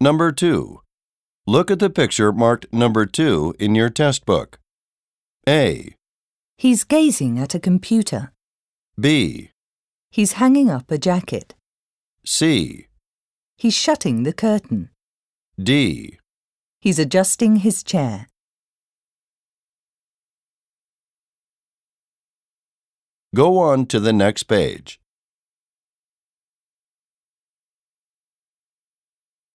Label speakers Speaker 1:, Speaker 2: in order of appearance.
Speaker 1: Number 2. Look at the picture marked number 2 in your test book. A,
Speaker 2: He's gazing at a computer.
Speaker 1: B,
Speaker 2: He's hanging up a jacket.
Speaker 1: C,
Speaker 2: He's shutting the curtain.
Speaker 1: D.
Speaker 2: He's adjusting his chair.
Speaker 1: Go on to the next page.